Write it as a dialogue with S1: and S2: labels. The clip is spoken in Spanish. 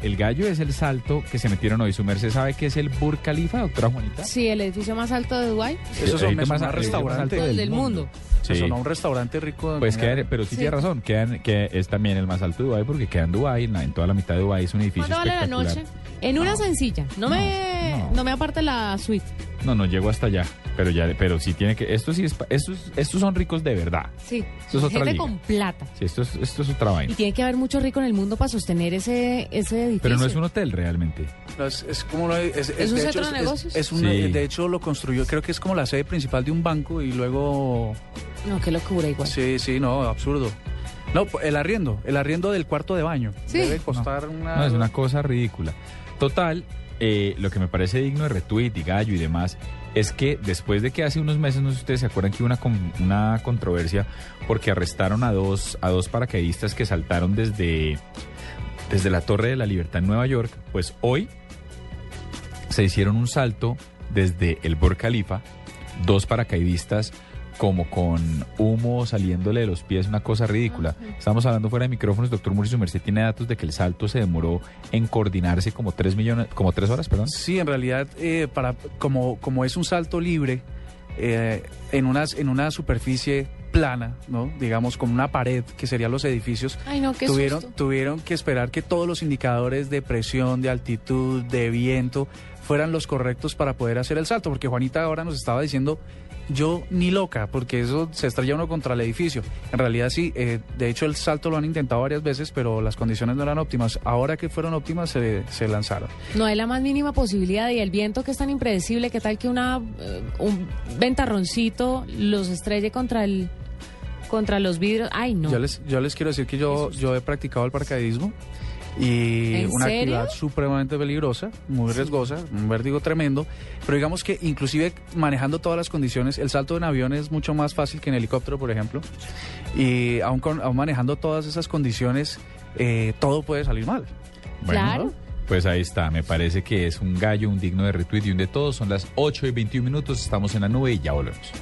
S1: el gallo es el salto que se metieron hoy. ¿Su merced sabe qué es el Burj Khalifa, doctora Juanita?
S2: Sí, el edificio más alto de Dubái.
S1: Eso
S3: Eso
S1: es
S3: son,
S1: un
S3: me
S1: más
S3: suena a
S1: alto,
S3: restaurante.
S1: más
S2: alto del mundo.
S3: Me
S1: Sí.
S3: suena a un restaurante rico. de
S1: Pues
S3: comida.
S1: queda, pero sí,
S2: Sí.
S1: tiene razón, quedan, que es también el más alto de Dubái porque queda en Dubái, en, la- en toda la mitad de Dubái es un edificio
S2: ¿Cuánto vale la
S1: espectacular.
S2: noche? En una sencilla. No, me,
S1: no.
S2: no. me aparte la suite.
S1: No, no llego hasta allá, pero ya, pero sí tiene que, estos sí, es pa- estos, estos son ricos de verdad.
S2: Sí.
S1: Eso es otra
S2: Gente
S1: liga.
S2: con plata.
S1: Sí, esto es, esto es otra
S2: Y
S1: vaina.
S2: tiene que haber mucho rico en el mundo para sostener ese, ese edificio.
S1: Pero no es un hotel realmente.
S3: No, es, es como lo- es,
S2: ¿Es un
S3: de
S2: centro
S3: hecho,
S2: de
S3: es-
S2: negocios?
S3: es un-
S1: Sí.
S3: De hecho, lo construyó, creo que es como la sede principal de un banco y luego.
S2: No, qué locura igual.
S3: Sí, sí, no, absurdo. No, el arriendo, el arriendo del cuarto de baño.
S2: Sí.
S3: Debe costar una.
S1: No, es una cosa ridícula. Total, eh, lo que me parece digno de retweet y gallo y demás es que después de que hace unos meses, no sé si ustedes se acuerdan que hubo una, con- una controversia porque arrestaron a dos, a dos paracaidistas que saltaron desde, desde la Torre de la Libertad en Nueva York, pues hoy se hicieron un salto desde el Burj Khalifa, dos paracaidistas como con humo saliéndole de los pies, una cosa ridícula. Estamos hablando fuera de micrófonos, doctor Murcio su merced tiene datos de que el salto se demoró en coordinarse como tres millones, como tres horas, perdón.
S3: Sí, en realidad, eh, para, como, como es un salto libre, eh, en, unas, en una superficie plana, ¿no? digamos, como una pared, que serían los edificios,
S2: Ay, no, qué
S3: tuvieron,
S2: susto.
S3: tuvieron que esperar que todos los indicadores de presión, de altitud, de viento, fueran los correctos para poder hacer el salto, porque Juanita ahora nos estaba diciendo, yo ni loca, porque eso se estrella uno contra el edificio. En realidad sí, eh, de hecho el salto lo han intentado varias veces, pero las condiciones no eran óptimas. Ahora que fueron óptimas, se, se lanzaron.
S2: No hay la más mínima posibilidad y el viento que es tan impredecible, ¿qué tal que una eh, un ventarroncito los estrelle contra el contra los vidrios? Ay, no.
S3: Yo les, yo les quiero decir que yo, yo he practicado el paracaidismo y
S2: ¿En
S3: una
S2: serio?
S3: actividad sumamente peligrosa, muy riesgosa, un vértigo tremendo, pero digamos que inclusive manejando todas las condiciones, el salto en avión es mucho más fácil que en helicóptero, por ejemplo, y aún, con- aún manejando todas esas condiciones, eh, todo puede salir mal.
S2: Claro.
S1: Pues ahí está, me parece que es un gallo, un digno de retweet y un de todos. Son las 8 y 21 minutos, estamos en la nube y ya volvemos.